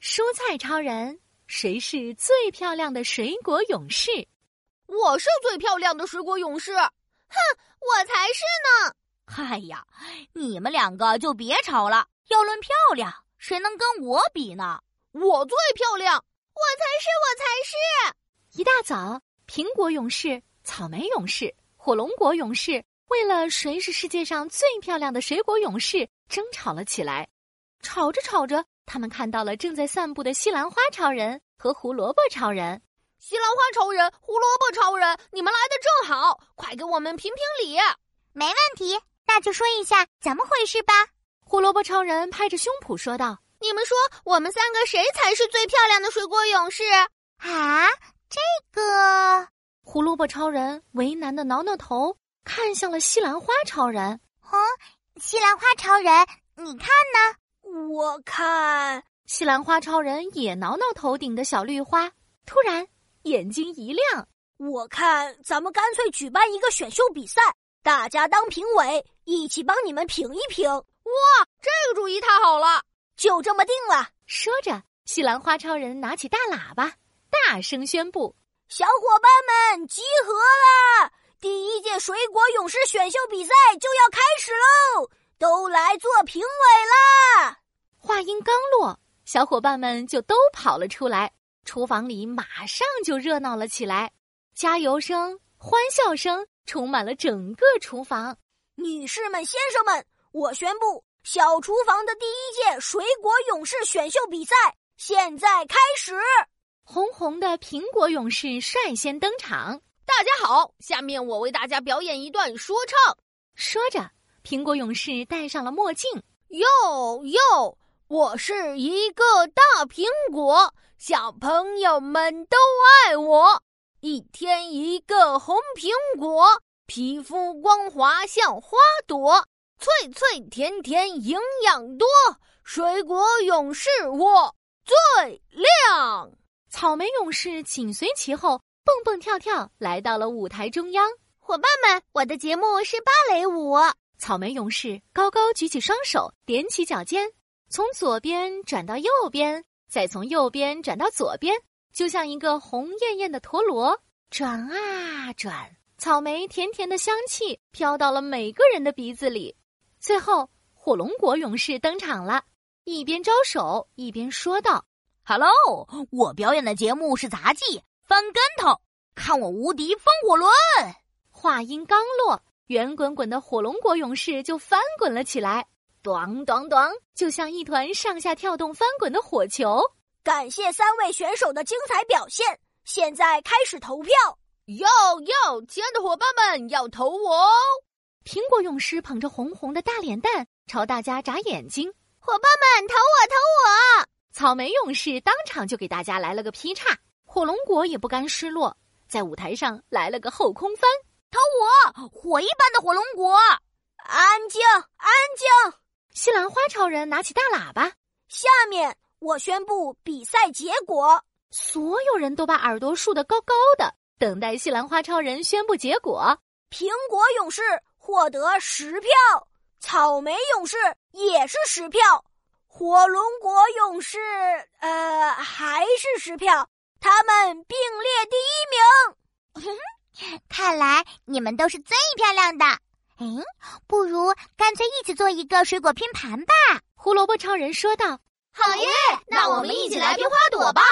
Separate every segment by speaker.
Speaker 1: 蔬菜超人，谁是最漂亮的水果勇士？
Speaker 2: 我是最漂亮的水果勇士，哼，我才是呢！
Speaker 3: 哎呀，你们两个就别吵了。要论漂亮，谁能跟我比呢？
Speaker 2: 我最漂亮，我
Speaker 4: 才是，我才
Speaker 1: 是！一大早，苹果勇士、草莓勇士、火龙果勇士为了谁是世界上最漂亮的水果勇士争吵了起来。吵着吵着，他们看到了正在散步的西兰花超人和胡萝卜超人。
Speaker 2: 西兰花超人、胡萝卜超人，你们来的正好，快给我们评评理！
Speaker 4: 没问题，那就说一下怎么回事吧。
Speaker 1: 胡萝卜超人拍着胸脯说道：“
Speaker 2: 你们说，我们三个谁才是最漂亮的水果勇士？”
Speaker 4: 啊，这个
Speaker 1: 胡萝卜超人为难的挠挠头，看向了西兰花超人。
Speaker 4: 哦，西兰花超人，你看呢？
Speaker 5: 我看，
Speaker 1: 西兰花超人也挠挠头顶的小绿花，突然。眼睛一亮，
Speaker 5: 我看咱们干脆举办一个选秀比赛，大家当评委，一起帮你们评一评。
Speaker 2: 哇，这个主意太好了，
Speaker 5: 就这么定了。
Speaker 1: 说着，西兰花超人拿起大喇叭，大声宣布：“
Speaker 5: 小伙伴们集合啦！第一届水果勇士选秀比赛就要开始喽，都来做评委啦！”
Speaker 1: 话音刚落，小伙伴们就都跑了出来。厨房里马上就热闹了起来，加油声、欢笑声充满了整个厨房。
Speaker 5: 女士们、先生们，我宣布，小厨房的第一届水果勇士选秀比赛现在开始。
Speaker 1: 红红的苹果勇士率先登场。
Speaker 2: 大家好，下面我为大家表演一段说唱。
Speaker 1: 说着，苹果勇士戴上了墨镜。
Speaker 2: 哟哟，我是一个大苹果。小朋友们都爱我，一天一个红苹果，皮肤光滑像花朵，脆脆甜甜营养多，水果勇士我最亮。
Speaker 1: 草莓勇士紧随其后，蹦蹦跳跳来到了舞台中央。
Speaker 4: 伙伴们，我的节目是芭蕾舞。
Speaker 1: 草莓勇士高高举起双手，踮起脚尖，从左边转到右边。再从右边转到左边，就像一个红艳艳的陀螺转啊转。草莓甜甜的香气飘到了每个人的鼻子里。最后，火龙果勇士登场了，一边招手一边说道
Speaker 3: ：“Hello，我表演的节目是杂技翻跟头，看我无敌风火轮！”
Speaker 1: 话音刚落，圆滚滚的火龙果勇士就翻滚了起来。咚咚咚！就像一团上下跳动翻滚的火球。
Speaker 5: 感谢三位选手的精彩表现，现在开始投票。
Speaker 2: 哟哟，亲爱的伙伴们，要投我哦！
Speaker 1: 苹果勇士捧着红红的大脸蛋，朝大家眨眼睛。
Speaker 4: 伙伴们，投我，投我！
Speaker 1: 草莓勇士当场就给大家来了个劈叉。火龙果也不甘失落，在舞台上来了个后空翻。
Speaker 3: 投
Speaker 5: 啊
Speaker 3: 我，火一般的火龙果！
Speaker 5: 安静，安静！
Speaker 1: 西兰花超人拿起大喇叭，
Speaker 5: 下面我宣布比赛结果。
Speaker 1: 所有人都把耳朵竖得高高的，等待西兰花超人宣布结果。
Speaker 5: 苹果勇士获得十票，草莓勇士也是十票，火龙果勇士呃还是十票，他们并列
Speaker 4: 第一名。看来你们都是最漂亮的。嗯，不如干脆一起做一个水果拼盘吧。”
Speaker 1: 胡萝卜超人说道。
Speaker 6: “好耶！那我们一起来拼花朵吧。”“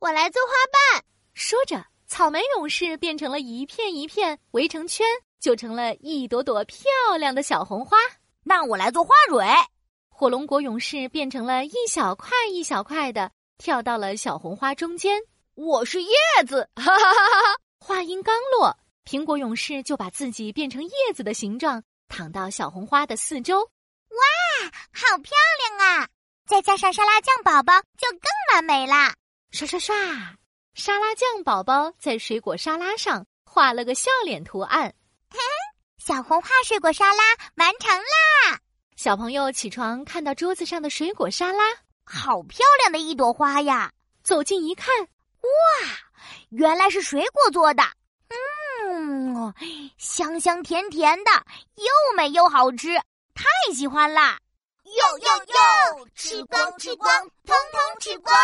Speaker 4: 我来做花瓣。”
Speaker 1: 说着，草莓勇士变成了一片一片围成圈，就成了一朵朵漂亮的小红花。
Speaker 3: “那我来做花蕊。”
Speaker 1: 火龙果勇士变成了一小块一小块的，跳到了小红花中间。
Speaker 2: “我是叶子！”
Speaker 4: 啊
Speaker 2: 哈哈哈哈！
Speaker 1: 话音刚落。苹果勇士就把自己变成叶子的形状，躺到小红花的四周。
Speaker 4: 哇，好漂亮啊！再加上沙拉酱宝宝，就更完美啦！
Speaker 1: 刷刷刷，沙拉酱宝宝在水果沙拉上画了个笑脸图案。
Speaker 4: 小红花水果沙拉完成啦！
Speaker 1: 小朋友起床看到桌子上的水果沙拉，
Speaker 3: 好漂亮的一朵花呀！
Speaker 1: 走近一看，
Speaker 3: 哇，原来是水果做的。嗯，香香甜甜的，又美又好吃，太喜欢啦！
Speaker 6: 哟哟哟，吃光吃光，通通吃光！